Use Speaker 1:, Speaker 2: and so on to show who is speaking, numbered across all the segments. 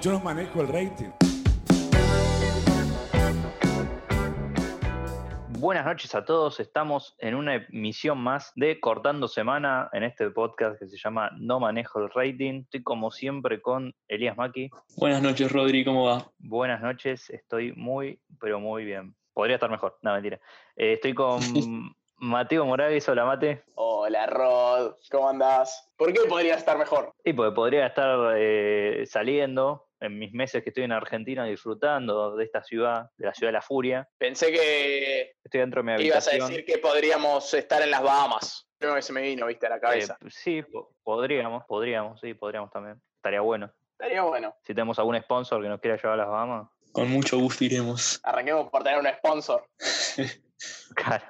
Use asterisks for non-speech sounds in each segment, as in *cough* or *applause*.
Speaker 1: solo manejo el rating.
Speaker 2: Buenas noches a todos, estamos en una emisión más de Cortando Semana en este podcast que se llama No Manejo el Rating. Estoy como siempre con Elías Maki.
Speaker 3: Buenas noches, Rodri, ¿cómo va?
Speaker 2: Buenas noches, estoy muy, pero muy bien. Podría estar mejor, no, mentira. Eh, estoy
Speaker 4: *laughs*
Speaker 2: con Mateo Moragues, hola Mate.
Speaker 4: Hola Rod, ¿cómo andás? ¿Por qué podría estar mejor?
Speaker 2: Y porque podría estar eh, saliendo, en mis meses que estoy en Argentina disfrutando de esta ciudad, de la ciudad de la furia.
Speaker 4: Pensé que
Speaker 2: Estoy dentro de mi
Speaker 4: ibas a
Speaker 2: habitación.
Speaker 4: decir que podríamos estar en las Bahamas. Creo que se me vino, viste, a la cabeza.
Speaker 2: Eh, sí, po- podríamos, podríamos, sí, podríamos también. Estaría bueno.
Speaker 4: Estaría bueno.
Speaker 2: Si tenemos algún sponsor que nos quiera llevar a las Bahamas, *laughs*
Speaker 3: Con mucho gusto iremos.
Speaker 4: Arranquemos por tener un sponsor.
Speaker 2: claro.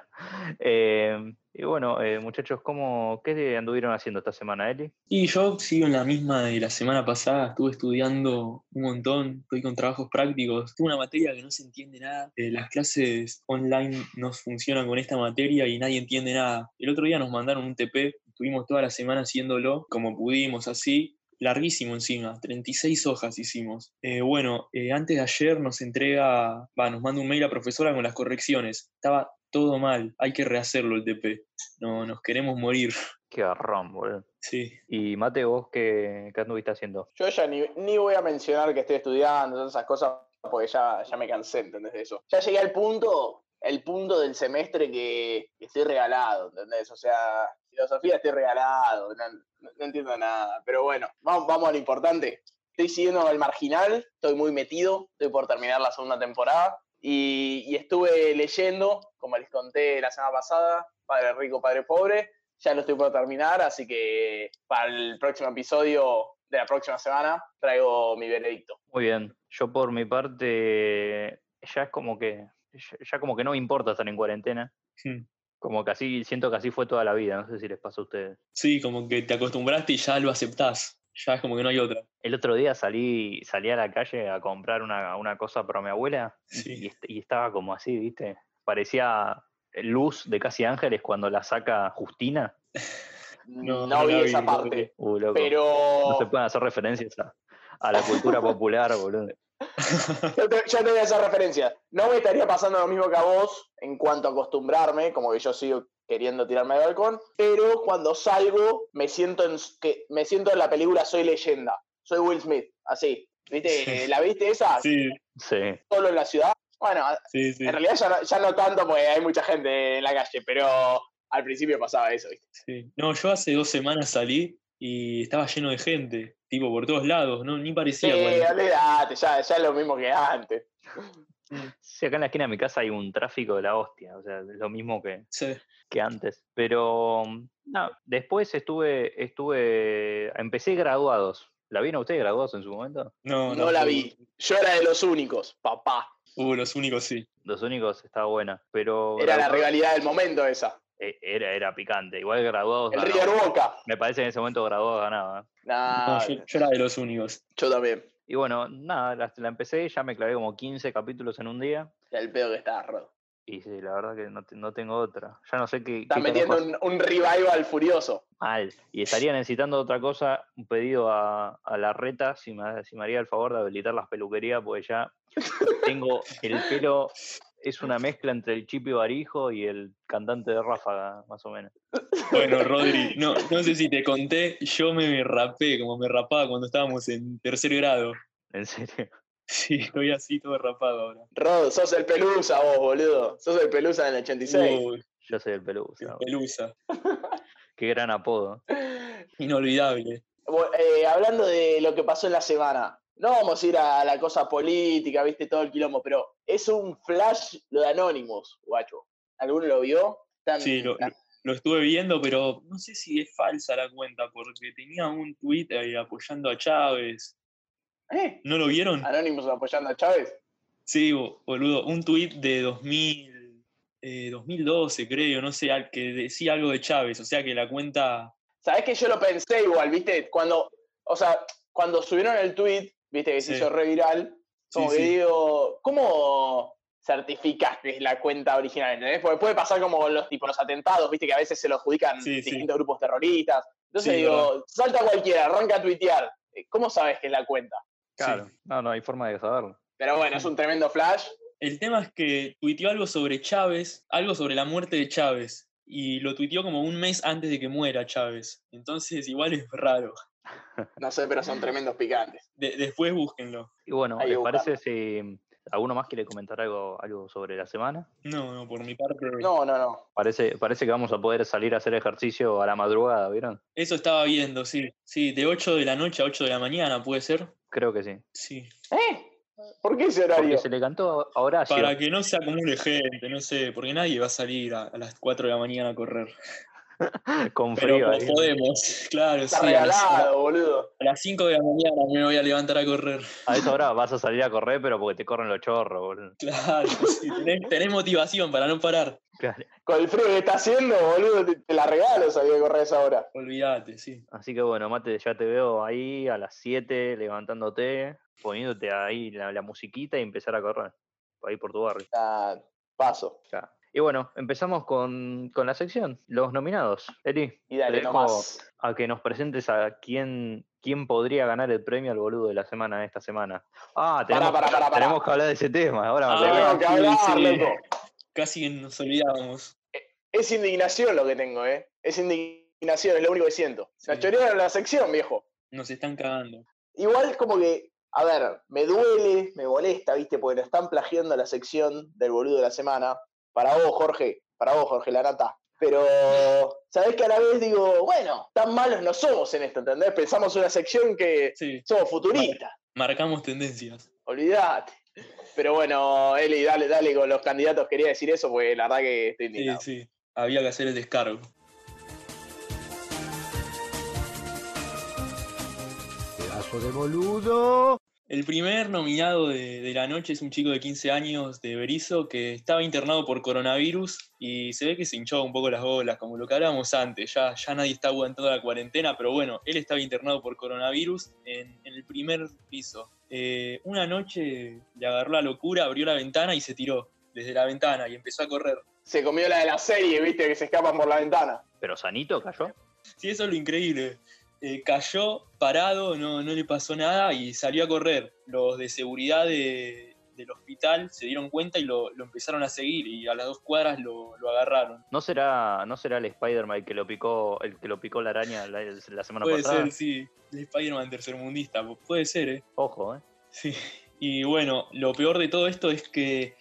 Speaker 2: Eh, y bueno, eh, muchachos, ¿cómo, ¿qué anduvieron haciendo esta semana, Eli?
Speaker 3: Y yo sigo en la misma de la semana pasada, estuve estudiando un montón, estoy con trabajos prácticos, tuve una materia que no se entiende nada, eh, las clases online no funcionan con esta materia y nadie entiende nada. El otro día nos mandaron un TP, estuvimos toda la semana haciéndolo como pudimos, así, larguísimo encima, 36 hojas hicimos. Eh, bueno, eh, antes de ayer nos entrega, va, nos manda un mail a profesora con las correcciones, estaba todo mal, hay que rehacerlo el TP, no, nos queremos morir, *laughs*
Speaker 2: Qué garrón, boludo.
Speaker 3: sí.
Speaker 2: Y Mate, vos, ¿qué, qué anduviste haciendo?
Speaker 4: Yo ya ni, ni voy a mencionar que estoy estudiando, todas esas cosas, porque ya, ya me cansé, ¿entendés? De eso. Ya llegué al punto, el punto del semestre que estoy regalado, ¿entendés? O sea, filosofía estoy regalado, no, no entiendo nada. Pero bueno, vamos, vamos a lo importante. Estoy siguiendo el marginal, estoy muy metido, estoy por terminar la segunda temporada. Y, y estuve leyendo, como les conté la semana pasada, Padre Rico, Padre Pobre, ya lo estoy por terminar, así que para el próximo episodio de la próxima semana traigo mi veredicto.
Speaker 2: Muy bien. Yo por mi parte, ya es como que, ya, ya como que no me importa estar en cuarentena.
Speaker 3: Hmm.
Speaker 2: Como que así, siento que así fue toda la vida, no sé si les pasó a ustedes.
Speaker 3: Sí, como que te acostumbraste y ya lo aceptás. Ya es como que no hay otra.
Speaker 2: El otro día salí, salí a la calle a comprar una, una cosa para mi abuela y-
Speaker 3: Sí.
Speaker 2: y, est- y estaba como así, ¿viste? Parecía luz de Casi Ángeles cuando la saca Justina.
Speaker 4: No,
Speaker 3: no
Speaker 4: vi
Speaker 3: la vi,
Speaker 4: esa
Speaker 3: no la
Speaker 4: parte,
Speaker 2: Uh, loco. No
Speaker 4: pero
Speaker 2: se pueden hacer referencias a, a la cultura popular, boludo.
Speaker 4: yo te, yo te voy a hacer referencia. No me estaría pasando lo mismo que a vos en cuanto a acostumbrarme, como que yo sigo queriendo tirarme al balcón, pero cuando salgo me siento en, que, me siento en la película Soy leyenda, soy Will Smith, así. ¿Viste? ¿La viste esa?
Speaker 3: Sí,
Speaker 2: Sí.
Speaker 4: Solo en la ciudad. Bueno,
Speaker 3: sí, sí.
Speaker 4: Ah, en realidad ya no, ya no tanto porque hay mucha gente en la calle, pero al principio pasaba eso, ¿viste?
Speaker 3: sí. No, yo hace dos semanas salí y estaba lleno de gente, tipo por todos lados, no, ni
Speaker 4: Sí,
Speaker 3: parecía. cuarentena.
Speaker 4: Eh, olvídate, ya, ya es lo mismo que antes.
Speaker 2: Sí, acá en la esquina de mi casa hay un tráfico de la hostia, o sea, es lo mismo que,
Speaker 3: Sí.
Speaker 2: que antes. Pero mm, no, después estuve, estuve, empecé graduados. ¿La vieron ustedes graduados en su momento?
Speaker 3: No,
Speaker 4: No, la vi. Yo era de los únicos, papá.
Speaker 3: Hubo los únicos, sí.
Speaker 2: Los únicos estaba buena, pero
Speaker 4: Era la
Speaker 2: Graduados-
Speaker 4: rivalidad del momento esa.
Speaker 2: Eh, Era, era picante. Igual graduados
Speaker 4: El
Speaker 2: ganaba.
Speaker 4: River Boca.
Speaker 2: Me parece que en ese momento graduados ganaba.
Speaker 4: Nah,
Speaker 3: No, yo, yo era de los únicos.
Speaker 4: yo también.
Speaker 2: Y bueno, nada, la, la empecé, ya me clavé como 15 capítulos en un día.
Speaker 4: El pedo que está, Rod.
Speaker 2: Y sí, la verdad que no, te- no tengo otra. Ya no sé qué.
Speaker 4: Está
Speaker 2: qué
Speaker 4: metiendo
Speaker 2: carajo
Speaker 4: un, un revival furioso.
Speaker 2: mal. Y estaría necesitando otra cosa, un pedido a, a la reta, si me, si me haría el favor de habilitar las peluquerías, porque ya tengo el pelo, es una mezcla entre el chip y barijo y el cantante de ráfaga, más o menos.
Speaker 3: Bueno, Rodri, no, no sé si te conté, yo me rapé, como me rapaba cuando estábamos en tercer grado. *laughs*
Speaker 2: En serio.
Speaker 3: Sí, estoy así todo rapado ahora.
Speaker 4: Rod, sos el pelusa vos, boludo. Sos el pelusa del 86.
Speaker 3: Uy,
Speaker 2: Yo soy el peludo.
Speaker 3: pelusa.
Speaker 2: Qué gran apodo.
Speaker 3: Inolvidable.
Speaker 4: Bueno, eh, hablando de lo que pasó en la semana, no vamos a ir a la cosa política, viste todo el quilombo, pero es un flash lo de Anonymous, guacho. ¿Alguno lo vio? Tan-
Speaker 3: Sí, lo-
Speaker 4: tan-
Speaker 3: lo estuve viendo, pero no sé si es falsa la cuenta, porque tenía un tuit ahí apoyando a Chávez.
Speaker 4: ¿Eh?
Speaker 3: ¿No lo vieron?
Speaker 4: Anonymous apoyando a Chávez.
Speaker 3: Sí, bo- boludo, un tuit de 2000, eh, 2012, creo, no sé, al- que decía algo de Chávez, o sea que la cuenta...
Speaker 4: Sabés que yo lo pensé igual, viste, cuando, o sea, cuando subieron el tweet, viste, que se
Speaker 3: Sí.
Speaker 4: hizo re viral,
Speaker 3: Sí,
Speaker 4: como que
Speaker 3: sí.
Speaker 4: digo, ¿cómo certificás que es la cuenta original? ¿Entendés? Porque puede pasar como con los tipo los atentados, viste, que a veces se lo adjudican
Speaker 3: Sí, sí.
Speaker 4: distintos grupos terroristas. Entonces
Speaker 3: Sí,
Speaker 4: digo,
Speaker 3: verdad.
Speaker 4: salta cualquiera, arranca a tuitear. Eh, ¿Cómo sabes que es la cuenta?
Speaker 2: Claro, no, no hay forma de saberlo.
Speaker 4: Pero bueno,
Speaker 3: Mm.
Speaker 4: es un tremendo flash.
Speaker 3: El tema es que tuiteó algo sobre Chávez, algo sobre la muerte de Chávez. Y lo tuiteó como un mes antes de que muera Chávez. Entonces, igual es raro.
Speaker 4: No sé, pero son tremendos picantes.
Speaker 3: De- después búsquenlo.
Speaker 2: Y bueno,
Speaker 4: Hay que
Speaker 2: ¿les parece si alguno más quiere comentar algo, algo sobre la semana?
Speaker 3: No, no, por mi parte.
Speaker 4: No, no, no.
Speaker 2: Parece, parece que vamos a poder salir a hacer ejercicio a la madrugada, ¿vieron?
Speaker 3: Eso estaba viendo, sí. Sí, de 8 de la noche a 8 de la mañana, ¿puede ser?
Speaker 2: Creo que sí.
Speaker 3: Sí.
Speaker 4: ¿Eh? ¿Por qué ese horario?
Speaker 2: Porque se le cantó a Horacio.
Speaker 3: Para que no se acumule gente, no sé, porque nadie va a salir a, a las 4 de la mañana a correr.
Speaker 2: *laughs* Con
Speaker 3: Pero
Speaker 2: frío. ¿eh?
Speaker 3: como
Speaker 2: ahí.
Speaker 3: podemos, *laughs* claro, sí.
Speaker 4: Está
Speaker 3: A las,
Speaker 4: regalado, boludo.
Speaker 3: a las 5 de la mañana me voy a levantar a correr. *laughs*
Speaker 2: A esa hora vas a salir a correr, pero porque te corren los chorros, boludo.
Speaker 3: Claro, sí, tenés, tenés motivación para no parar.
Speaker 2: Claro.
Speaker 4: Con el frío que está haciendo, boludo, te, te la regalo salir a correr a esa hora.
Speaker 3: Olvídate, sí.
Speaker 2: Así que bueno, Mate, ya te veo ahí a las 7 levantándote, poniéndote ahí la, la musiquita y empezar a correr. Ahí por tu barrio.
Speaker 4: Ah, paso.
Speaker 2: Ya. Y bueno, empezamos con, con la sección, los nominados. Eli,
Speaker 4: Y
Speaker 2: te
Speaker 4: dale
Speaker 2: dejo
Speaker 4: nomás.
Speaker 2: a que nos presentes a quién, quién podría ganar el premio al boludo de la semana esta semana. Ah, tenemos,
Speaker 4: Pará, pará, pará, pará.
Speaker 2: tenemos que hablar de ese tema. Ahora me
Speaker 3: Ah,
Speaker 2: acordé.
Speaker 4: Tengo que hablar,
Speaker 3: sí, sí.
Speaker 4: loco.
Speaker 3: Casi que nos olvidábamos.
Speaker 4: Es indignación lo que tengo, ¿eh? Es indignación, es lo único que siento.
Speaker 3: Sí.
Speaker 4: La chorearon la sección, viejo.
Speaker 3: Nos están cagando.
Speaker 4: Igual como que, a ver, me duele, me molesta, ¿viste? Porque nos están plagiando la sección del boludo de la semana. Para vos, Jorge. Para vos, Jorge, la nata. Pero, ¿sabés que a la vez digo, bueno, tan malos no somos en esto, ¿entendés? Pensamos una sección que
Speaker 3: Sí,
Speaker 4: somos futuristas.
Speaker 3: marcamos tendencias.
Speaker 4: Olvidate. Pero bueno, Eli, dale, dale con los candidatos. Quería decir eso porque la verdad que estoy
Speaker 3: Sí,
Speaker 4: indignado.
Speaker 3: sí. Había que hacer el descargo.
Speaker 1: Pedazo de boludo.
Speaker 3: El primer nominado de, de la noche es un chico de 15 años de Berizo que estaba internado por coronavirus y se ve que se hinchó un poco las bolas, como lo que hablábamos antes. Ya, ya nadie está aguantando la cuarentena, pero bueno, él estaba internado por coronavirus en, en el primer piso. Eh, una noche le agarró la locura, abrió la ventana y se tiró desde la ventana y empezó a correr.
Speaker 4: Se comió la de la serie, ¿viste? Que se escapan por la ventana.
Speaker 2: Pero Sanito cayó.
Speaker 3: Sí, eso es lo increíble. Eh, cayó parado, no, no le pasó nada y salió a correr. Los de seguridad de- del hospital se dieron cuenta y lo, lo empezaron a seguir y a las dos cuadras lo, lo agarraron.
Speaker 2: ¿No será, no será el Spider-Man el que lo picó, el que lo picó la araña la, la semana
Speaker 3: Puede
Speaker 2: pasada?
Speaker 3: ser, sí. El Spider-Man tercermundista, pu- puede ser, ¿eh?
Speaker 2: Ojo, eh.
Speaker 3: Sí. Y bueno, lo peor de todo esto es que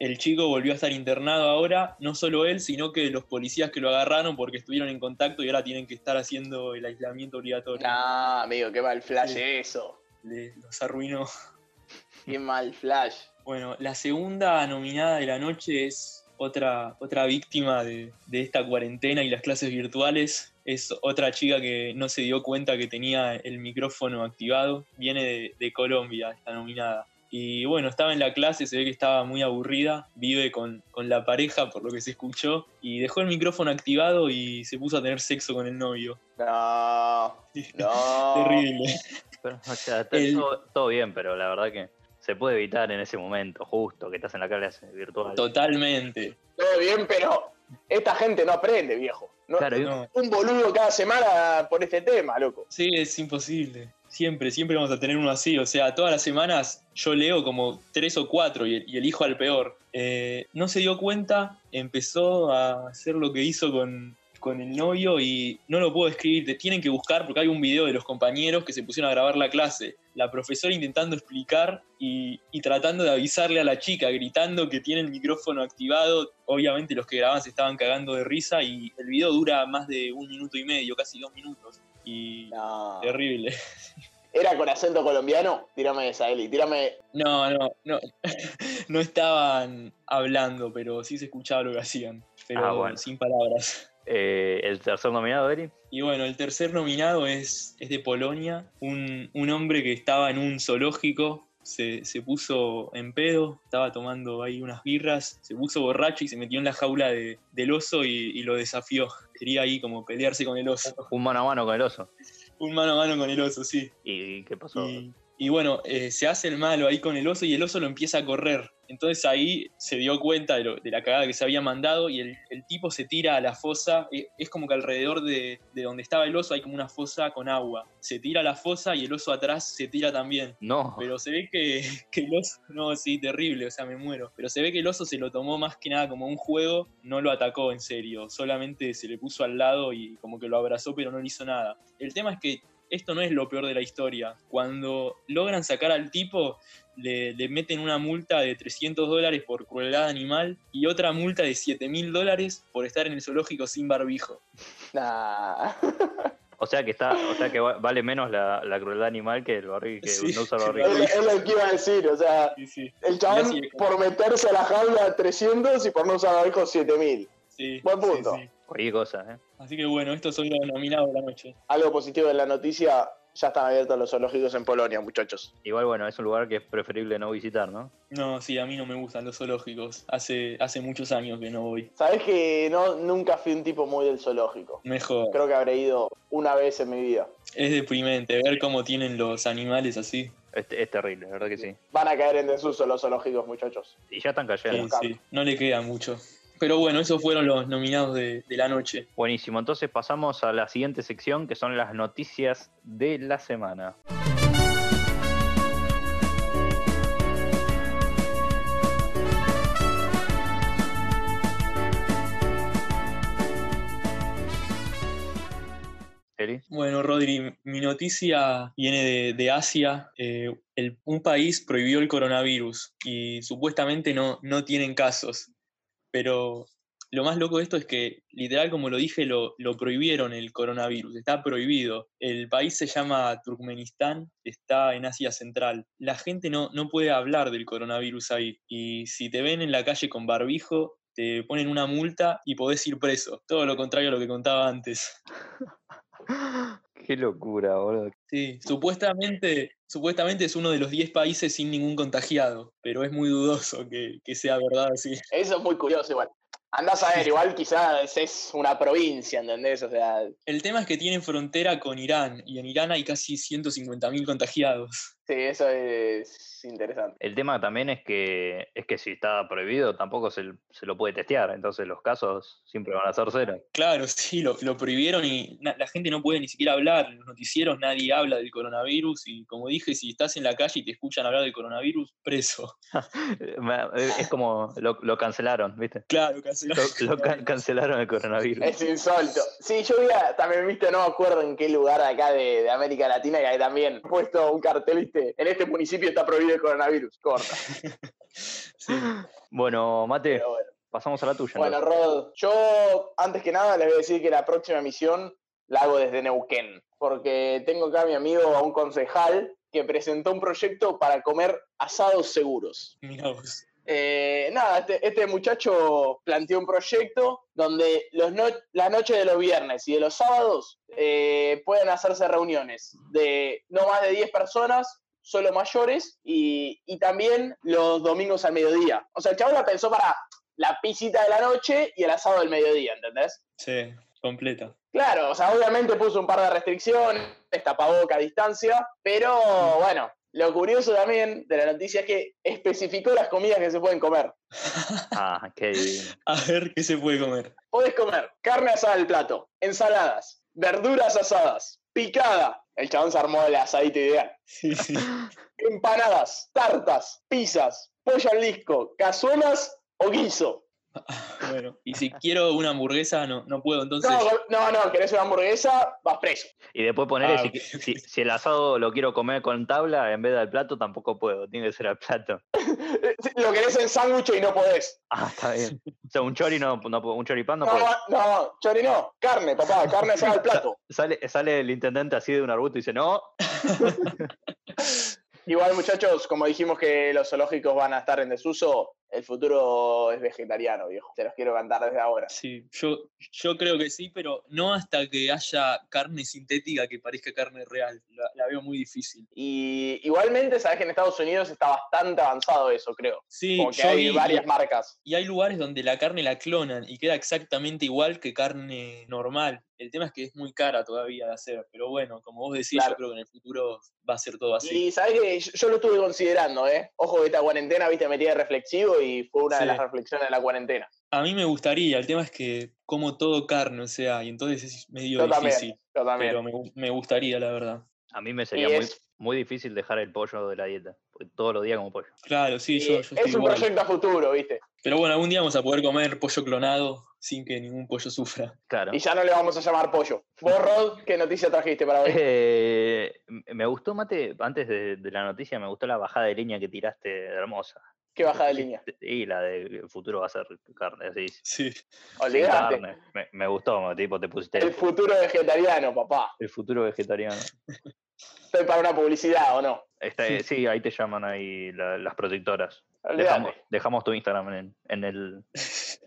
Speaker 3: el chico volvió a estar internado ahora, no solo él, sino que los policías que lo agarraron porque estuvieron en contacto y ahora tienen que estar haciendo el aislamiento obligatorio.
Speaker 4: Nah, amigo, qué mal flash
Speaker 3: Sí.
Speaker 4: eso.
Speaker 3: Le- los arruinó.
Speaker 4: Qué mal flash.
Speaker 3: Bueno, la segunda nominada de la noche es otra, otra víctima de, de esta cuarentena y las clases virtuales. Es otra chica que no se dio cuenta que tenía el micrófono activado. Viene de, de Colombia, esta nominada. Y bueno, estaba en la clase, se ve que estaba muy aburrida, vive con, con la pareja por lo que se escuchó, y dejó el micrófono activado y se puso a tener sexo con el novio.
Speaker 4: No, no.
Speaker 3: Terrible.
Speaker 2: Pero, o sea, está
Speaker 3: El-
Speaker 2: todo, todo bien, pero la verdad que se puede evitar en ese momento, justo, que estás en la clase virtual.
Speaker 3: Totalmente.
Speaker 4: Todo bien, pero esta gente no aprende, viejo. No-
Speaker 2: Claro, y-
Speaker 3: No.
Speaker 4: Un boludo cada semana por este tema, loco.
Speaker 3: Sí, es imposible. Siempre, siempre vamos a tener uno así. O sea, todas las semanas yo leo como tres o cuatro y, y elijo al peor. Eh, no se dio cuenta, empezó a hacer lo que hizo con, con el novio y no lo puedo escribir. Te tienen que buscar porque hay un video de los compañeros que se pusieron a grabar la clase. La profesora intentando explicar y, y tratando de avisarle a la chica, gritando que tiene el micrófono activado. Obviamente los que grababan se estaban cagando de risa y el video dura más de un minuto y medio, casi dos minutos. Y
Speaker 2: Ah.
Speaker 4: No.
Speaker 3: Terrible. *laughs*
Speaker 4: ¿Era con acento colombiano? Tírame esa, Eli, tírame.
Speaker 3: No, no, no. *laughs* No estaban hablando, pero sí se escuchaba lo que hacían. Pero
Speaker 2: Ah, bueno.
Speaker 3: sin palabras.
Speaker 2: eh, el tercer nominado, Eri.
Speaker 3: Y bueno, el tercer nominado es, es de Polonia. Un, un hombre que estaba en un zoológico. Se, se puso en pedo, estaba tomando ahí unas birras, se puso borracho y se metió en la jaula de- del oso y, y lo desafió. Quería ahí como pelearse con el oso.
Speaker 2: Un mano a mano con el oso.
Speaker 3: Un mano a mano con el oso, sí.
Speaker 2: ¿Y qué pasó?
Speaker 3: Y, y bueno, eh, se hace el malo ahí con el oso y el oso lo empieza a correr. Entonces ahí se dio cuenta de, lo- de la cagada que se había mandado y el, el tipo se tira a la fosa. E- Es como que alrededor de, de donde estaba el oso hay como una fosa con agua. Se tira a la fosa y el oso atrás se tira también.
Speaker 2: No,
Speaker 3: Pero se ve que, *laughs* que el oso, no, sí, terrible, o sea, me muero. Pero se ve que el oso se lo tomó más que nada como un juego, no lo atacó en serio, solamente se le puso al lado y como que lo abrazó, pero no le hizo nada. El tema es que esto no es lo peor de la historia. Cuando logran sacar al tipo, le, le meten una multa de 300 dólares por crueldad animal y otra multa de 7 mil dólares por estar en el zoológico sin barbijo.
Speaker 4: Nah.
Speaker 2: o sea que está, o sea que va- vale menos la, la crueldad animal que el barril, que
Speaker 3: Sí.
Speaker 2: no usa barril.
Speaker 4: es, es lo que iba a decir, o sea,
Speaker 3: Sí, sí,
Speaker 4: el
Speaker 3: Ya
Speaker 4: chabón
Speaker 3: sigue.
Speaker 4: por meterse a la jaula 300 y por no usar barbijo 7000.
Speaker 3: sí.
Speaker 4: Buen
Speaker 3: sí,
Speaker 4: punto.
Speaker 3: sí.
Speaker 2: Cualquier cosa, ¿eh?
Speaker 3: Así que bueno, esto son los nominados de la noche.
Speaker 4: Algo positivo de la noticia, ya están abiertos los zoológicos en Polonia, muchachos.
Speaker 2: Igual, bueno, es un lugar que es preferible no visitar, ¿no?
Speaker 3: No, sí, a mí no me gustan los zoológicos. Hace, hace muchos años que no voy.
Speaker 4: Sabés que no, nunca fui un tipo muy del zoológico.
Speaker 3: Mejor.
Speaker 4: Creo que habré ido una vez en mi vida.
Speaker 3: Es deprimente ver cómo tienen los animales así.
Speaker 2: Es, es terrible, la verdad que sí.
Speaker 4: Van a caer en desuso los zoológicos, muchachos.
Speaker 2: Y ya están
Speaker 3: Sí,
Speaker 2: cayendo.
Speaker 3: sí, no le queda mucho. Pero bueno, esos fueron los nominados de, de la noche.
Speaker 2: Buenísimo, entonces pasamos a la siguiente sección que son las noticias de la semana. Eli,
Speaker 3: Bueno, Rodri, mi noticia viene de, de Asia. Eh, el- un país prohibió el coronavirus y supuestamente no, no tienen casos. Pero lo más loco de esto es que, literal, como lo dije, lo, lo prohibieron el coronavirus. Está prohibido. El país se llama Turkmenistán, está en Asia Central. La gente no, no puede hablar del coronavirus ahí. Y si te ven en la calle con barbijo, te ponen una multa y podés ir preso. Todo lo contrario a lo que contaba antes.
Speaker 2: Qué locura, boludo.
Speaker 3: Sí, supuestamente, supuestamente es uno de los 10 países sin ningún contagiado, pero es muy dudoso que, que sea verdad así.
Speaker 4: Eso es muy curioso, igual. Andás a ver, igual quizás es una provincia, ¿entendés? O sea,
Speaker 3: El tema es que tienen frontera con Irán, y en Irán hay casi 150.000 contagiados.
Speaker 4: sí, eso es interesante.
Speaker 2: El tema también es que es que si está prohibido tampoco se, se lo puede testear, entonces los casos siempre van a ser cero.
Speaker 3: Claro, *laughs* sí, lo, lo prohibieron y na- la gente no puede ni siquiera hablar. En los noticieros nadie habla del coronavirus, y como dije, si estás en la calle y te escuchan hablar del coronavirus, preso. *laughs*
Speaker 2: Ma- eh, Es como lo, lo cancelaron, ¿viste?
Speaker 3: Claro, cancelado. *laughs*
Speaker 2: Lo, lo can- cancelaron el coronavirus.
Speaker 4: Es insólito. Sí, yo vi, a- también viste, no me acuerdo en qué lugar acá de, de América Latina, que hay también puesto un cartel, viste, en este municipio está prohibido el coronavirus, *laughs* corta.
Speaker 3: Sí.
Speaker 2: Bueno, Mate,
Speaker 4: Pero bueno.
Speaker 2: pasamos a la tuya.
Speaker 4: Bueno,
Speaker 2: entonces.
Speaker 4: Rod, yo antes que nada les voy a decir que la próxima misión la hago desde Neuquén, porque tengo acá a mi amigo, a un concejal, que presentó un proyecto para comer asados seguros.
Speaker 3: Mirá vos.
Speaker 4: Eh, nada, este, este muchacho planteó un proyecto donde los no- la noche de los viernes y de los sábados eh, pueden hacerse reuniones de no más de 10 personas, solo mayores, y, y también los domingos al mediodía. O sea, el chabón la pensó para la pisita de la noche y el asado del mediodía, ¿entendés?
Speaker 3: Sí, completa.
Speaker 4: Claro, o sea, obviamente puso un par de restricciones, tapaboca, distancia, pero bueno, lo curioso también de la noticia es que especificó las comidas que se pueden comer.
Speaker 2: Ah, qué divino.
Speaker 3: A ver qué se puede comer.
Speaker 4: Podés comer carne asada al plato, ensaladas, verduras asadas, picada. El chabón se armó el asadito ideal.
Speaker 3: Sí, sí.
Speaker 4: Empanadas, tartas, pizzas, pollo al disco, cazuelas o guiso.
Speaker 3: Bueno, y si quiero una hamburguesa, no, no puedo, entonces.
Speaker 4: No, no, no, querés una hamburguesa, vas preso.
Speaker 2: Y después ponerle,
Speaker 3: Ah,
Speaker 2: si,
Speaker 3: ok, *laughs*
Speaker 2: si- si el asado lo quiero comer con tabla en vez del plato, tampoco puedo, tiene que ser al plato. *laughs*
Speaker 4: Eh, Lo querés en sándwich y no podés.
Speaker 2: Ah, está bien. O sea, un chori no, no puedo- un choripán no
Speaker 4: No,
Speaker 2: puedo.
Speaker 4: no, no, Chori, no. Carne, papá, carne asada al plato.
Speaker 2: Sale, sale el intendente así de un arbusto y dice, no,
Speaker 4: Igual, muchachos, como dijimos que los zoológicos van a estar en desuso, el futuro es vegetariano, viejo. Te los quiero cantar desde ahora.
Speaker 3: Sí, yo, yo creo que sí, pero no hasta que haya carne sintética que parezca carne real. La, la veo muy difícil.
Speaker 4: Y igualmente, sabes que en Estados Unidos está bastante avanzado eso, creo.
Speaker 3: Sí,
Speaker 4: Como que
Speaker 3: yo
Speaker 4: hay
Speaker 3: vi-
Speaker 4: varias marcas.
Speaker 3: y hay lugares donde la carne la clonan y queda exactamente igual que carne normal. El tema es que es muy cara todavía de hacer, pero bueno, como vos decís,
Speaker 4: Claro.
Speaker 3: yo creo que en el futuro va a ser todo así.
Speaker 4: Y sabés que yo, yo lo estuve considerando, ¿eh? Ojo que esta cuarentena, viste, metí de reflexivo y fue una
Speaker 3: Sí.
Speaker 4: de las reflexiones de la cuarentena.
Speaker 3: A mí me gustaría, el tema es que como todo carne, o sea, y entonces es medio
Speaker 4: Yo también,
Speaker 3: difícil,
Speaker 4: yo también.
Speaker 3: pero me, gu- me gustaría, la verdad.
Speaker 2: A mí me sería
Speaker 4: Y
Speaker 2: muy,
Speaker 4: es-
Speaker 2: muy difícil dejar el pollo de la dieta. porque Todos los días como pollo.
Speaker 3: Claro, sí,
Speaker 4: Y
Speaker 3: yo, yo estoy
Speaker 4: Eh, es un
Speaker 3: igual.
Speaker 4: proyecto a futuro, viste.
Speaker 3: Pero bueno, algún día vamos a poder comer pollo clonado sin que ningún pollo sufra. *laughs*
Speaker 2: Claro.
Speaker 4: Y ya no le vamos a llamar pollo. Vos, Rod, ¿qué noticia trajiste para hoy?
Speaker 2: *laughs* Eh, m- me gustó, Mate, antes de, de la noticia, me gustó la bajada de línea que tiraste, hermosa.
Speaker 4: ¿Qué
Speaker 3: *laughs*
Speaker 4: bajada de línea?
Speaker 2: Y la de el futuro va a ser carne, así. sin
Speaker 3: Sí.
Speaker 4: Olvidate.
Speaker 2: carne. Me, me gustó, Mate, tipo, te pusiste
Speaker 4: El
Speaker 2: el,
Speaker 4: futuro vegetariano, papá.
Speaker 2: el futuro vegetariano.
Speaker 4: Estoy para una publicidad, ¿o no?
Speaker 2: Está- eh,
Speaker 3: Sí.
Speaker 2: sí, ahí te llaman ahí la- las protectoras. Dejamos,
Speaker 4: Olvidate.
Speaker 2: dejamos tu Instagram en, en el,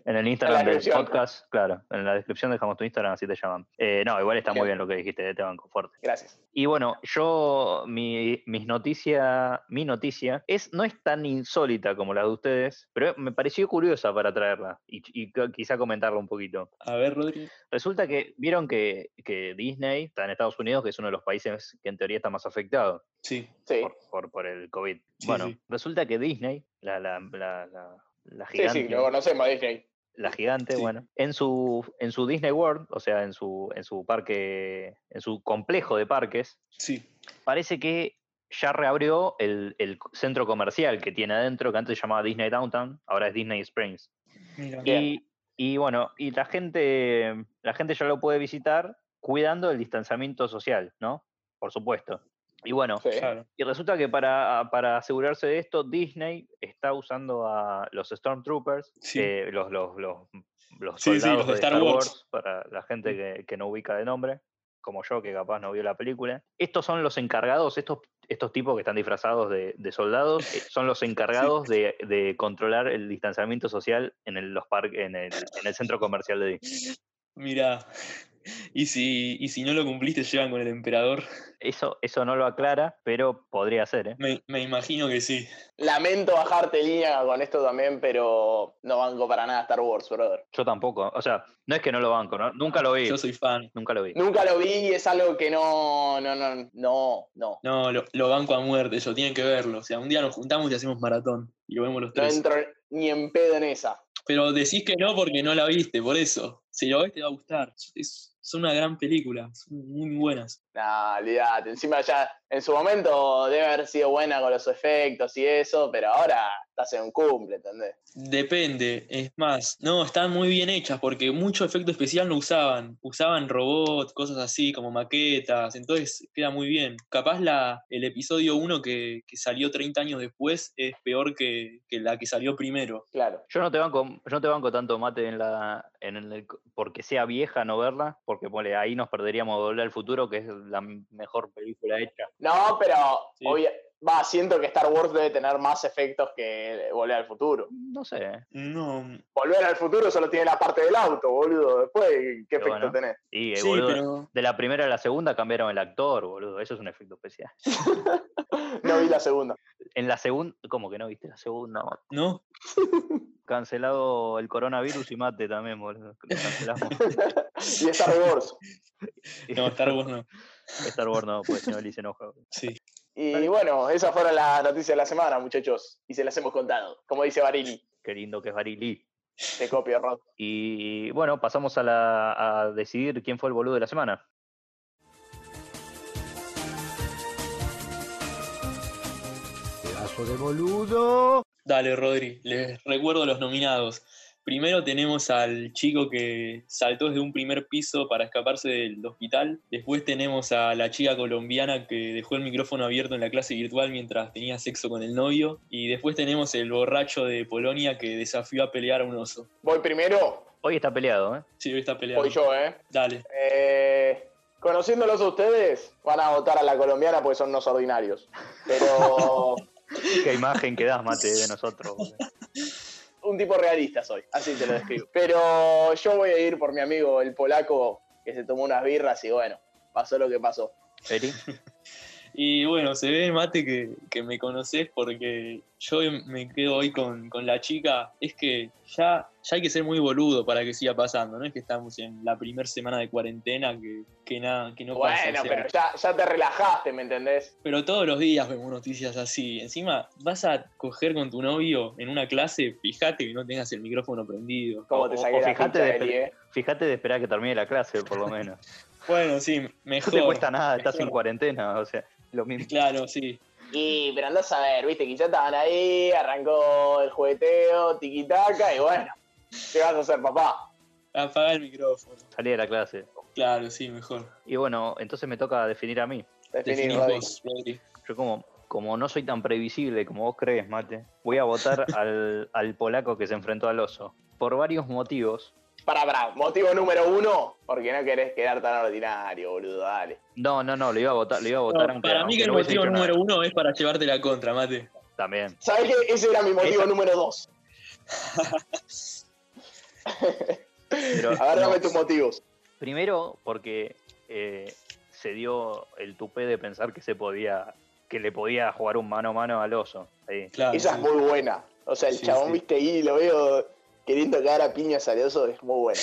Speaker 2: en el Instagram del
Speaker 4: descripción.
Speaker 2: podcast. Claro, en la descripción dejamos tu Instagram, así te llaman. Eh, no, igual está muy
Speaker 4: Bien.
Speaker 2: bien lo que dijiste, eh, te banco fuerte.
Speaker 4: Gracias.
Speaker 2: Y bueno, yo, mi, mis noticia, mi noticia es, no es tan insólita como la de ustedes, pero me pareció curiosa para traerla y, y ca- quizá comentarla un poquito.
Speaker 3: A ver, Rodri.
Speaker 2: Resulta que vieron que, que Disney está en Estados Unidos, que es uno de los países que en teoría está más afectado
Speaker 3: Sí.
Speaker 4: Sí.
Speaker 2: por, por, por el COVID.
Speaker 3: Sí,
Speaker 2: bueno,
Speaker 3: sí.
Speaker 2: resulta que Disney, la, la, la, la, la
Speaker 4: Sí,
Speaker 2: gigante,
Speaker 4: sí, lo conocemos, Disney.
Speaker 2: la gigante,
Speaker 3: Sí.
Speaker 2: bueno, en su, en su Disney World, o sea, en su, en su parque, en su complejo de parques,
Speaker 3: Sí.
Speaker 2: parece que ya reabrió el, el c- centro comercial que tiene adentro, que antes se llamaba Disney Downtown, ahora es Disney Springs.
Speaker 3: Mira.
Speaker 4: Bien.
Speaker 2: Y, y bueno, y la gente, la gente ya lo puede visitar cuidando el distanciamiento social, ¿no? Por supuesto. Y bueno,
Speaker 4: Sí.
Speaker 3: Claro.
Speaker 2: y resulta que para, ah, para asegurarse de esto, Disney está usando a los Stormtroopers,
Speaker 3: Sí.
Speaker 2: eh, los, los, los, los
Speaker 3: Sí, sí, los
Speaker 2: soldados
Speaker 3: de
Speaker 2: de
Speaker 3: Star
Speaker 2: Star Wars.
Speaker 3: Wars. Mm.
Speaker 2: para la gente que, que no ubica de nombre, como yo, que capaz no vio la película. Estos son los encargados, estos, estos tipos que están disfrazados de, de soldados, eh, son
Speaker 3: *laughs*
Speaker 2: los encargados de, de controlar el distanciamiento social en el, los parques, en el, en el centro comercial de Disney.
Speaker 3: Mira. *laughs* Y si, y si no lo cumpliste, llegan con el emperador.
Speaker 2: Eso, eso no lo aclara, pero podría ser, ¿eh?
Speaker 3: Me, me imagino que sí.
Speaker 4: Lamento bajarte línea con esto también, pero no banco para nada Star Wars, brother.
Speaker 2: Yo tampoco, o sea, no es que no lo banco, ¿no? Nunca lo vi,
Speaker 3: Yo soy fan.
Speaker 2: nunca lo vi.
Speaker 4: Nunca lo vi y es algo que no, no, no, no, no.
Speaker 3: No, lo, lo banco a muerte, yo tienen que verlo. O sea, un día nos juntamos y hacemos maratón. Y lo vemos los
Speaker 4: No
Speaker 3: tres.
Speaker 4: entro ni en pedo en esa.
Speaker 3: Pero decís que no porque no la viste, por eso. Si lo ves te va a gustar. Es, son una gran película, son muy buenas.
Speaker 4: Nah, olvidate. Encima ya en su momento debe haber sido buena con los efectos y eso, pero ahora estás en un cumple, ¿entendés?
Speaker 3: Depende, es más. No, están muy bien hechas porque mucho efecto especial no usaban. Usaban robots, cosas así, como maquetas. Entonces queda muy bien. Capaz la, el episodio 1 que, que salió 30 años después es peor que, que la que salió primero.
Speaker 4: Claro.
Speaker 2: Yo no te banco, yo no te banco tanto mate en la, en el, co- porque sea vieja no verla, porque ponele, ahí nos perderíamos Volver al Futuro, que es la m- mejor película hecha.
Speaker 4: No, pero
Speaker 3: Sí.
Speaker 4: obvia- va, siento que Star Wars debe tener más efectos que Volver al Futuro.
Speaker 2: No sé, ¿eh?
Speaker 3: No,
Speaker 4: Volver al Futuro solo tiene la parte del auto, boludo. Después, ¿qué
Speaker 2: Pero
Speaker 4: efecto
Speaker 2: bueno.
Speaker 4: tenés?
Speaker 2: y eh,
Speaker 3: sí,
Speaker 2: boludo,
Speaker 3: pero
Speaker 2: de la primera a la segunda cambiaron el actor, boludo, eso es un efecto especial.
Speaker 4: No vi la segunda.
Speaker 2: En la segunda, ¿cómo que no viste la segunda? mate?
Speaker 3: no.
Speaker 2: Cancelado el coronavirus y mate también, boludo. lo cancelamos.
Speaker 4: Y Star Wars.
Speaker 3: No, Star Wars no.
Speaker 2: Star Wars no, pues si no, Lee se enoja. boludo.
Speaker 3: Sí.
Speaker 4: Y bueno, esas fueron las noticias de la semana, muchachos. Y se las hemos contado. Como dice Barili,
Speaker 2: Qué lindo que es Barili.
Speaker 4: te copio, Rod.
Speaker 2: Y bueno, pasamos a, la, a decidir quién fue el boludo de la semana.
Speaker 1: pedazo de boludo.
Speaker 3: Dale, Rodri, les recuerdo los nominados. Primero tenemos al chico que saltó desde un primer piso para escaparse del hospital. Después tenemos a la chica colombiana que dejó el micrófono abierto en la clase virtual mientras tenía sexo con el novio. Y después tenemos el borracho de Polonia que desafió a pelear a un oso.
Speaker 4: Voy primero,
Speaker 2: Hoy está peleado, ¿eh?
Speaker 3: Sí, hoy está peleando.
Speaker 4: voy yo, ¿eh?
Speaker 3: Dale.
Speaker 4: Eh, conociéndolos a ustedes, van a votar a la colombiana porque son unos ordinarios.
Speaker 2: *laughs*
Speaker 4: Pero
Speaker 2: Qué imagen que das, Mate, de nosotros. boludo.
Speaker 4: un tipo realista soy, así te lo describo. Pero yo voy a ir por mi amigo el polaco que se tomó unas birras y bueno, pasó lo que pasó.
Speaker 2: Eri,
Speaker 3: Y bueno, se ve, Mate, que, que me conoces porque yo em, me quedo hoy con, con la chica. Es que ya, ya hay que ser muy boludo para que siga pasando, ¿no? Es que estamos en la primera semana de cuarentena que, que nada, que no
Speaker 4: bueno,
Speaker 3: pasa. o sea,
Speaker 4: pero ya, ya te relajaste, ¿me entendés?
Speaker 3: pero todos los días vemos noticias así. Encima, vas a coger con tu novio en una clase, fíjate que no tengas el micrófono prendido.
Speaker 4: Como
Speaker 2: O-
Speaker 4: te
Speaker 2: o
Speaker 4: saqué la
Speaker 2: fijate
Speaker 4: ficha
Speaker 2: de
Speaker 4: Eli,
Speaker 2: pe-
Speaker 4: eh.
Speaker 2: Fíjate de esperar a que termine la clase, por lo menos.
Speaker 3: Bueno, sí,
Speaker 2: No
Speaker 3: mejor.
Speaker 2: te cuesta nada, estás en
Speaker 3: mejor.
Speaker 2: cuarentena, o sea, lo mismo.
Speaker 3: Claro, sí.
Speaker 4: Y, pero andás a ver, viste, quizás estaban ahí, arrancó el jugueteo, tiquitaca, y bueno, ¿qué vas a hacer, papá?
Speaker 3: Apaga el micrófono.
Speaker 2: Salí de la clase.
Speaker 3: Claro, sí, mejor.
Speaker 2: Y bueno, entonces me toca definir a mí.
Speaker 4: Definir,
Speaker 3: Definís
Speaker 4: Rodri.
Speaker 3: vos, Rodri.
Speaker 2: Yo como, como no soy tan previsible como vos crees, Mate, voy a
Speaker 3: *laughs*
Speaker 2: votar al, al polaco que se enfrentó al oso. Por varios motivos.
Speaker 4: Para, para, motivo número uno, porque no querés quedar tan ordinario, boludo, dale.
Speaker 2: No, no, no, lo iba a votar, lo iba a
Speaker 3: No,
Speaker 2: votar aunque,
Speaker 3: para mí
Speaker 2: aunque
Speaker 3: que el
Speaker 2: no hubiese
Speaker 3: motivo
Speaker 2: dicho
Speaker 3: número uno es para llevarte la contra, mate.
Speaker 2: nada. También.
Speaker 4: ¿Sabés que ese era mi motivo
Speaker 2: Esa-
Speaker 4: número dos?
Speaker 2: Pero,
Speaker 4: A ver,
Speaker 2: no.
Speaker 4: dame tus motivos.
Speaker 2: Primero, porque eh, se dio el tupé de pensar que se podía, que le podía jugar un mano a mano al oso. ahí.
Speaker 3: Claro.
Speaker 4: Esa
Speaker 3: Ah, sí.
Speaker 4: es
Speaker 3: *laughs*
Speaker 4: muy buena. O sea, el
Speaker 3: Sí,
Speaker 4: chabón,
Speaker 3: sí.
Speaker 4: viste, ahí lo veo queriendo cagar a piña saleoso, es muy bueno.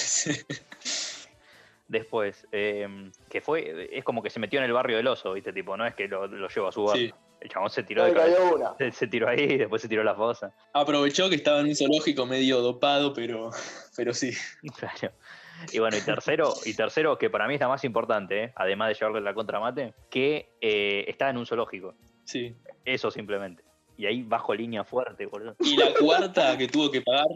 Speaker 2: Después, eh, que fue, es como que se metió en el barrio del oso, viste, tipo, no es que lo, lo llevó a su barrio.
Speaker 3: Sí.
Speaker 2: El chabón se tiró
Speaker 4: No
Speaker 2: de
Speaker 4: le
Speaker 2: cabeza.
Speaker 4: cayó una.
Speaker 2: Se, se tiró ahí y después se tiró a la fosa. *laughs*
Speaker 3: Aprovechó que estaba en un zoológico medio dopado, pero, pero sí.
Speaker 2: Claro. Y bueno, y tercero, y tercero, que para mí es la más importante, ¿eh? además de llevarle la contramate, que eh, estaba en un zoológico.
Speaker 3: sí.
Speaker 2: Eso simplemente. Y ahí bajo línea fuerte, boludo.
Speaker 3: Y la cuarta que tuvo que pagar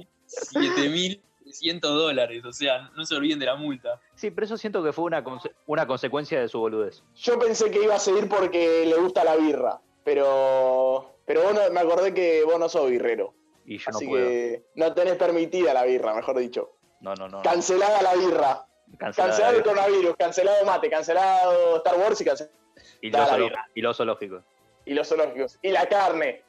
Speaker 3: 7.300 dólares. O sea, no se olviden de la multa.
Speaker 2: Sí, pero eso siento que fue una, conse- una consecuencia de su boludez.
Speaker 4: Yo pensé que iba a seguir porque le gusta la birra, pero. Pero vos no- me acordé que vos no sos birrero.
Speaker 2: Y yo
Speaker 4: Así
Speaker 2: no puedo.
Speaker 4: que no tenés permitida la birra, mejor dicho.
Speaker 2: No, no, eh, no. no.
Speaker 4: Cancelada la birra.
Speaker 2: Cancelada la
Speaker 4: Cancelado el
Speaker 2: vida.
Speaker 4: coronavirus, cancelado mate, cancelado Star Wars y cancelado.
Speaker 2: y,
Speaker 4: la
Speaker 2: los zoolo-
Speaker 4: vida.
Speaker 2: y los zoológicos.
Speaker 4: Y los zoológicos. Y la carne.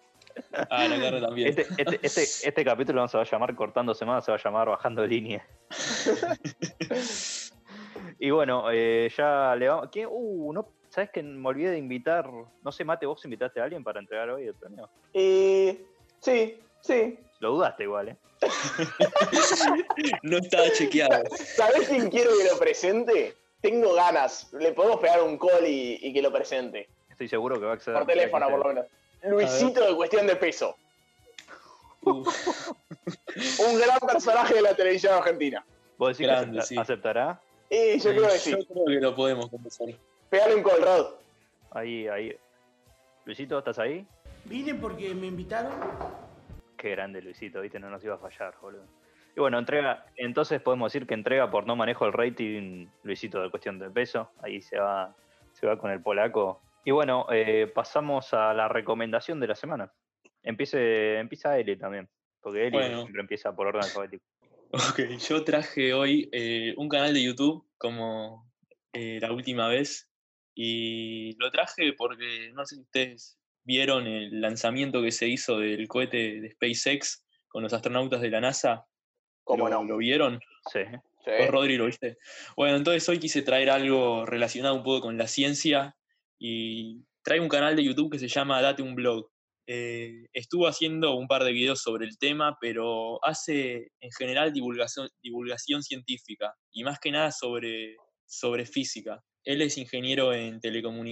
Speaker 3: Ah, la carne también.
Speaker 2: Este, este,
Speaker 4: *laughs*
Speaker 2: este, este capítulo no se va a llamar cortándose más, se va a llamar bajando línea.
Speaker 4: *laughs*
Speaker 2: y bueno, eh, ya le vamos. ¿Qué? Uh, no, ¿sabes que me olvidé de invitar? No sé, Mate, vos invitaste a alguien para entregar hoy el premio.
Speaker 4: Y. Sí, sí.
Speaker 2: Lo dudaste igual, ¿eh?
Speaker 4: Este-
Speaker 3: No estaba chequeado.
Speaker 4: ¿Sabés
Speaker 2: *laughs*
Speaker 4: quién quiero que lo presente? Tengo ganas. Le podemos pegar un call y, y que lo presente.
Speaker 2: Estoy seguro que va a acceder. Este,
Speaker 4: Por teléfono, por lo menos. Luisito de cuestión de peso.
Speaker 3: Uf,
Speaker 4: Un gran personaje de la televisión argentina.
Speaker 2: ¿Vos decís
Speaker 3: Grande,
Speaker 2: que acepta-
Speaker 3: sí.
Speaker 2: aceptará?
Speaker 4: Y
Speaker 5: Eh,
Speaker 4: yo creo que sí.
Speaker 3: Yo creo que lo podemos conversar.
Speaker 4: Pegale un call, Rod.
Speaker 2: Ahí, ahí. Luisito, ¿estás ahí?
Speaker 5: Vine porque me invitaron.
Speaker 2: Qué grande Luisito, viste, no nos iba a fallar, boludo. Y bueno, entrega, entonces podemos decir que entrega por no manejo el rating Luisito de cuestión de peso. Ahí se va, se va con el polaco. Y bueno, eh, pasamos a la recomendación de la semana. Empiece, empieza Eli también, porque Eli
Speaker 3: Bueno.
Speaker 2: siempre empieza por orden alfabético.
Speaker 3: Ok, yo traje hoy eh, un canal de YouTube como eh, la última vez y lo traje porque no sé si ustedes vieron el lanzamiento que se hizo del cohete de SpaceX con los astronautas de la NASA.
Speaker 4: ¿Cómo
Speaker 3: ¿Lo-
Speaker 4: no?
Speaker 3: ¿Lo vieron?
Speaker 2: Sí. ¿eh?
Speaker 4: Sí.
Speaker 3: Vos, Rodri, ¿lo viste? Bueno, entonces hoy quise traer algo relacionado un poco con la ciencia y traigo un canal de YouTube que se llama Date un blog. Eh, estuvo haciendo un par de videos sobre el tema, pero hace en general divulgación, divulgación científica y más que nada sobre, sobre física. Él es ingeniero en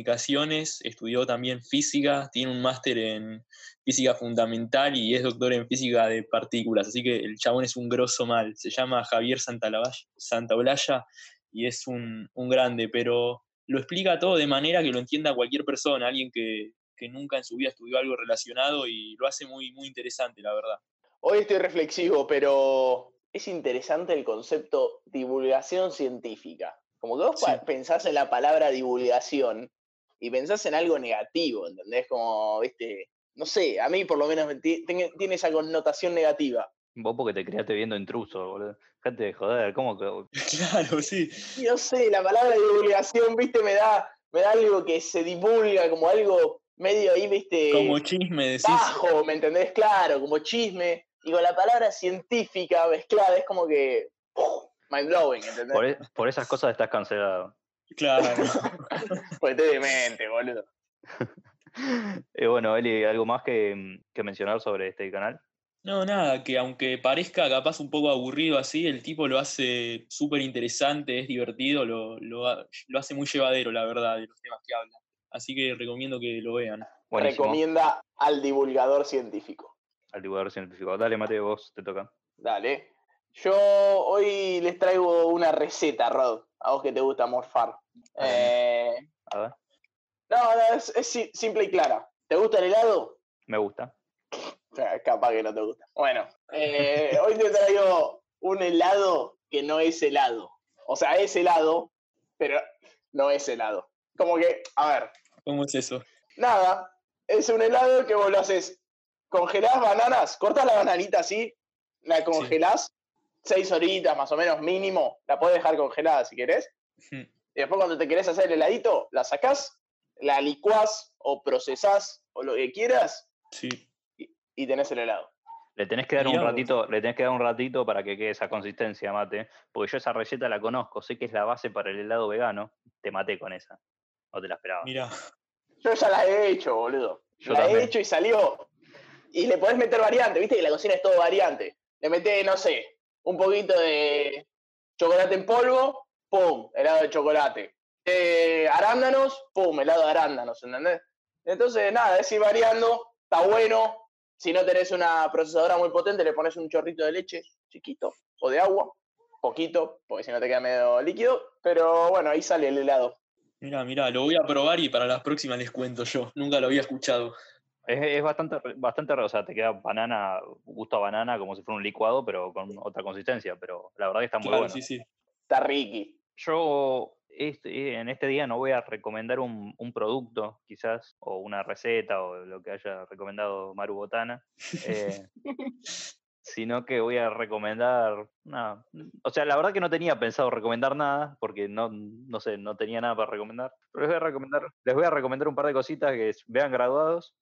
Speaker 3: telecomunicaciones, estudió también física, tiene un máster en física fundamental y es doctor en física de partículas, así que el chabón es un grosso mal. Se llama Javier Santalaball- Santaolalla y es un, un grande, pero lo explica todo de manera que lo entienda cualquier persona, alguien que, que nunca en su vida estudió algo relacionado y lo hace muy, muy interesante, la verdad. *laughs*
Speaker 4: Hoy estoy reflexivo, pero es interesante el concepto divulgación científica. Como que vos
Speaker 3: Sí.
Speaker 4: pa- pensás en la palabra divulgación y pensás en algo negativo, ¿entendés? Como, viste, no sé, a mí por lo menos me ti- tiene tiene esa connotación negativa.
Speaker 2: Vos porque te creaste viendo intruso, boludo. Dejate de joder, ¿cómo que?
Speaker 3: Claro, sí.
Speaker 4: Y no sé, la palabra divulgación, viste, me da, me da algo que se divulga, como algo medio ahí, viste,
Speaker 3: Como chisme decís.
Speaker 4: bajo, ¿me entendés? Claro, como chisme. Y con la palabra científica mezclada es como que, ¡puf! mind blowing, ¿entendés?
Speaker 2: Por, e- por esas cosas estás cancelado.
Speaker 3: Claro.
Speaker 4: Pues de demente, boludo.
Speaker 2: *laughs* Eh, bueno, Eli, ¿algo más que, que mencionar sobre este canal?
Speaker 3: No, nada, que aunque parezca capaz un poco aburrido así, el tipo lo hace súper interesante, es divertido, lo, lo, ha- lo hace muy llevadero, la verdad, de los temas que habla. Así que recomiendo que lo vean.
Speaker 2: Buenísimo.
Speaker 4: Recomienda al divulgador científico.
Speaker 2: Al divulgador científico. Dale, Mateo, vos te toca.
Speaker 4: Dale. Yo hoy les traigo una receta, Rod, a vos que te gusta morfar.
Speaker 2: A ver.
Speaker 4: Eh,
Speaker 2: A ver.
Speaker 4: no, no, es, es si- simple y clara. ¿Te gusta el helado? *laughs*
Speaker 2: Me gusta.
Speaker 4: Eh, Capaz que no te gusta. Bueno, eh, hoy te traigo un helado que no es helado. O sea, es helado, pero no es helado. Como que, a ver,
Speaker 3: ¿Cómo es eso?
Speaker 4: Nada, es un helado que vos lo haces. Congelás bananas, cortás la bananita así, la congelás, seis horitas más o menos mínimo, la podés dejar congelada si querés.
Speaker 3: Ujú.
Speaker 4: Y después cuando te querés hacer el heladito, la sacás, la licuás o procesás o lo que quieras
Speaker 3: Sí.
Speaker 4: y tenés el helado.
Speaker 2: Le tenés que dar
Speaker 3: Mirá
Speaker 2: un
Speaker 3: vos.
Speaker 2: ratito, le tenés que dar un ratito para que quede esa consistencia, mate. Porque yo esa receta la conozco, sé que es la base para el helado vegano. Te maté con esa. No te la esperaba.
Speaker 3: Mirá,
Speaker 4: Yo ya la he hecho, boludo.
Speaker 2: Yo
Speaker 4: la
Speaker 2: también.
Speaker 4: he hecho y salió. Y le podés meter variante, viste que la cocina es todo variante. Le metés, no sé, un poquito de chocolate en polvo, pum, helado de chocolate. Eh, arándanos, pum, helado de arándanos, ¿entendés? Entonces, nada, es ir variando, está bueno. Si no tenés una procesadora muy potente, le pones un chorrito de leche chiquito o de agua, poquito, porque si no te queda medio líquido. Pero bueno, ahí sale el helado.
Speaker 3: mirá, mirá, lo voy a probar y para las próximas les cuento yo. Nunca lo había escuchado.
Speaker 2: Es, es bastante, re- bastante raro, o sea, te queda banana, gusto a banana, como si fuera un licuado, pero con otra consistencia, pero la verdad que está muy
Speaker 3: Claro,
Speaker 2: bueno.
Speaker 3: sí, sí.
Speaker 4: Está riqui.
Speaker 2: Yo este- en este día no voy a recomendar un, un producto, quizás, o una receta, o lo que haya recomendado Maru Botana, eh, sino que voy a recomendar, nada, o sea, la verdad que no tenía pensado recomendar nada, porque no, no sé, no tenía nada para recomendar, pero les voy a recomendar, les voy a recomendar un par de cositas que s- vean graduados.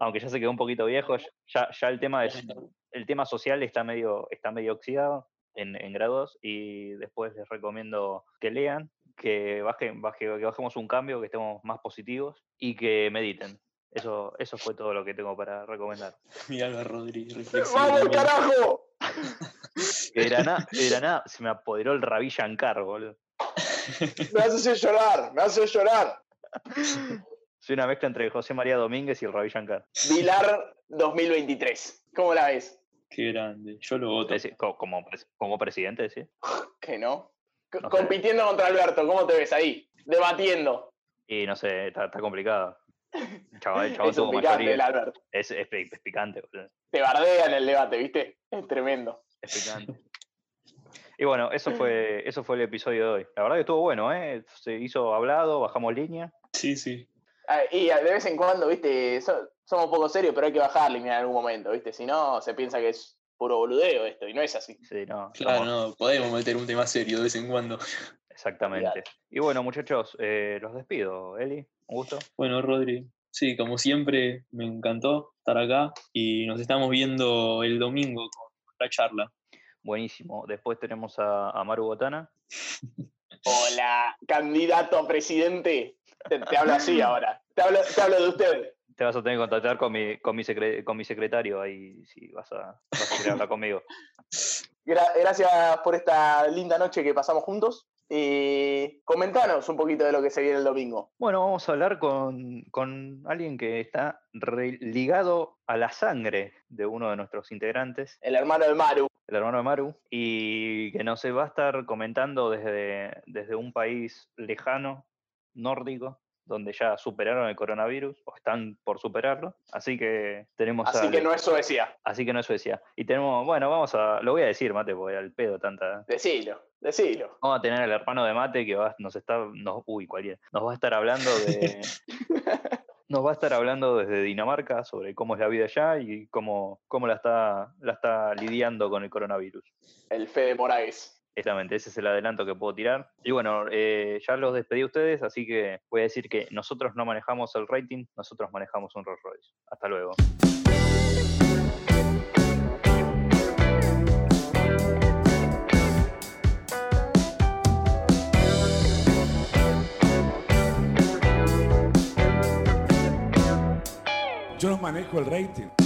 Speaker 2: Aunque ya se quedó un poquito viejo, ya, ya el tema es el tema social está medio, está medio oxidado en, en grados y después les recomiendo que lean, que, bajen, baje- que bajemos un cambio, que estemos más positivos y que mediten. Eso, eso fue todo lo que tengo para recomendar.
Speaker 3: Mirá lo de Rodríguez,
Speaker 4: ¡Vamos,
Speaker 3: reflexivo.
Speaker 4: carajo!
Speaker 2: De la nada, de
Speaker 4: *laughs*
Speaker 2: la nada ah, se me apoderó el Ravi Shankar, boludo.
Speaker 4: Me hace llorar, me hace llorar.
Speaker 2: Soy una mezcla entre José María Domínguez y el Ravi Shankar.
Speaker 4: Vilar 2023. ¿Cómo la ves?
Speaker 3: Qué grande, yo lo voto.
Speaker 2: Es decir, co- Como, pres- como presidente, sí.
Speaker 4: Que no. C-
Speaker 2: No sé.
Speaker 4: Compitiendo contra Alberto, ¿cómo te ves ahí? Debatiendo.
Speaker 2: Y no sé, está, está complicado. El Chaval,
Speaker 4: *laughs*
Speaker 2: el chaval
Speaker 4: es un
Speaker 2: tuvo
Speaker 4: picante
Speaker 2: mayoría.
Speaker 4: el Alberto.
Speaker 2: Es, es pi- es picante, boludo.
Speaker 4: Te bardea en el debate, ¿viste? Es tremendo.
Speaker 2: Es picante. Y bueno, eso fue, eso fue el episodio de hoy. La verdad que estuvo bueno, ¿eh? Se hizo hablado, bajamos línea.
Speaker 3: Sí, sí.
Speaker 4: Ah, Y ah, de vez en cuando, ¿viste? So- somos poco serios, pero hay que bajarle en algún momento, ¿viste? Si no, se piensa que es puro boludeo esto, y no es así.
Speaker 2: Sí, no,
Speaker 3: Claro,
Speaker 2: estamos-
Speaker 3: no, podemos meter un tema serio de vez en cuando.
Speaker 2: exactamente. Y bueno, muchachos, eh, los despido. Eli, un gusto.
Speaker 3: Bueno, Rodri, sí, como siempre, me encantó estar acá y nos estamos viendo el domingo con la charla.
Speaker 2: Buenísimo. Después tenemos a, a Maru Botana.
Speaker 4: Hola, candidato a presidente. Te, te hablo así ahora. Te hablo, te hablo de usted.
Speaker 2: Te vas a tener que contactar con mi, con mi, secre- con mi secretario ahí si vas a, vas a querer hablar
Speaker 3: *laughs*
Speaker 2: conmigo.
Speaker 4: Gra- gracias por esta linda noche que pasamos juntos. Y comentanos un poquito de lo que se viene el domingo.
Speaker 2: Bueno, vamos a hablar con, con alguien que está re- ligado a la sangre de uno de nuestros integrantes.
Speaker 4: El hermano de Maru.
Speaker 2: el hermano de Maru, y que nos va a estar comentando desde, desde un país lejano, nórdico, donde ya superaron el coronavirus, o están por superarlo. Así que tenemos
Speaker 4: Así
Speaker 2: al-
Speaker 4: que no es Suecia.
Speaker 2: así que no es Suecia. Y tenemos, bueno, vamos a, lo voy a decir, Mate, porque al pedo tanta.
Speaker 4: Decilo, decilo.
Speaker 2: Vamos a tener al hermano de Mate que va, nos está, nos, uy, cualquiera, nos va a estar hablando
Speaker 4: *laughs*
Speaker 2: de. Nos va a estar hablando desde Dinamarca sobre cómo es la vida allá y cómo, cómo la, está, la está lidiando con el coronavirus.
Speaker 4: El Fede Moraes.
Speaker 2: Exactamente, ese es el adelanto que puedo tirar. Y bueno, eh, ya los despedí a ustedes, así que voy a decir que nosotros no manejamos el rating, nosotros manejamos un Rolls Royce. Hasta luego.
Speaker 1: Yo no manejo el rating.